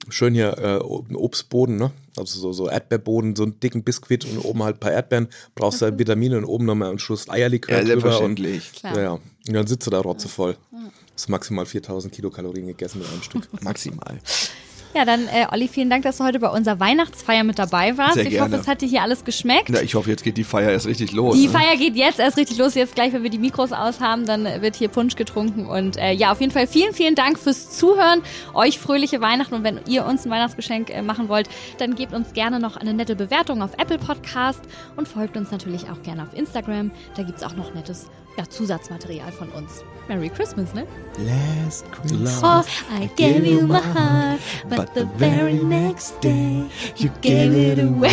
Schön hier äh, ein Obstboden, ne? Also so, so Erdbeerboden, so einen dicken Biskuit und oben halt ein paar Erdbeeren. Brauchst du halt Vitamine und oben nochmal einen Schuss Eierlikör drüber. Und, Klar. ja, ja. Und dann sitzt du da rotzevoll. Hast maximal 4000 Kilokalorien gegessen mit einem Stück. Maximal. Ja, dann, äh, Olli, vielen Dank, dass du heute bei unserer Weihnachtsfeier mit dabei warst. Sehr ich gerne. hoffe, es hat dir hier alles geschmeckt. Na, ich hoffe, jetzt geht die Feier erst richtig los. Die ne? Feier geht jetzt erst richtig los. Jetzt gleich, wenn wir die Mikros aus haben, dann wird hier Punsch getrunken. Und äh, ja, auf jeden Fall vielen, vielen Dank fürs Zuhören. Euch fröhliche Weihnachten. Und wenn ihr uns ein Weihnachtsgeschenk äh, machen wollt, dann gebt uns gerne noch eine nette Bewertung auf Apple Podcast und folgt uns natürlich auch gerne auf Instagram. Da gibt's auch noch nettes ja, Zusatzmaterial von uns. Merry Christmas, ne? Last Christmas. Oh, I gave you my heart, but the very next day you gave it away.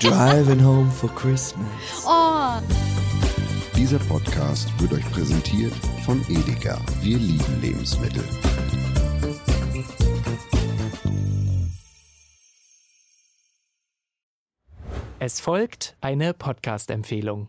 Driving home for Christmas. Oh. Dieser Podcast wird euch präsentiert von Edeka. Wir lieben Lebensmittel. Es folgt eine Podcast-Empfehlung.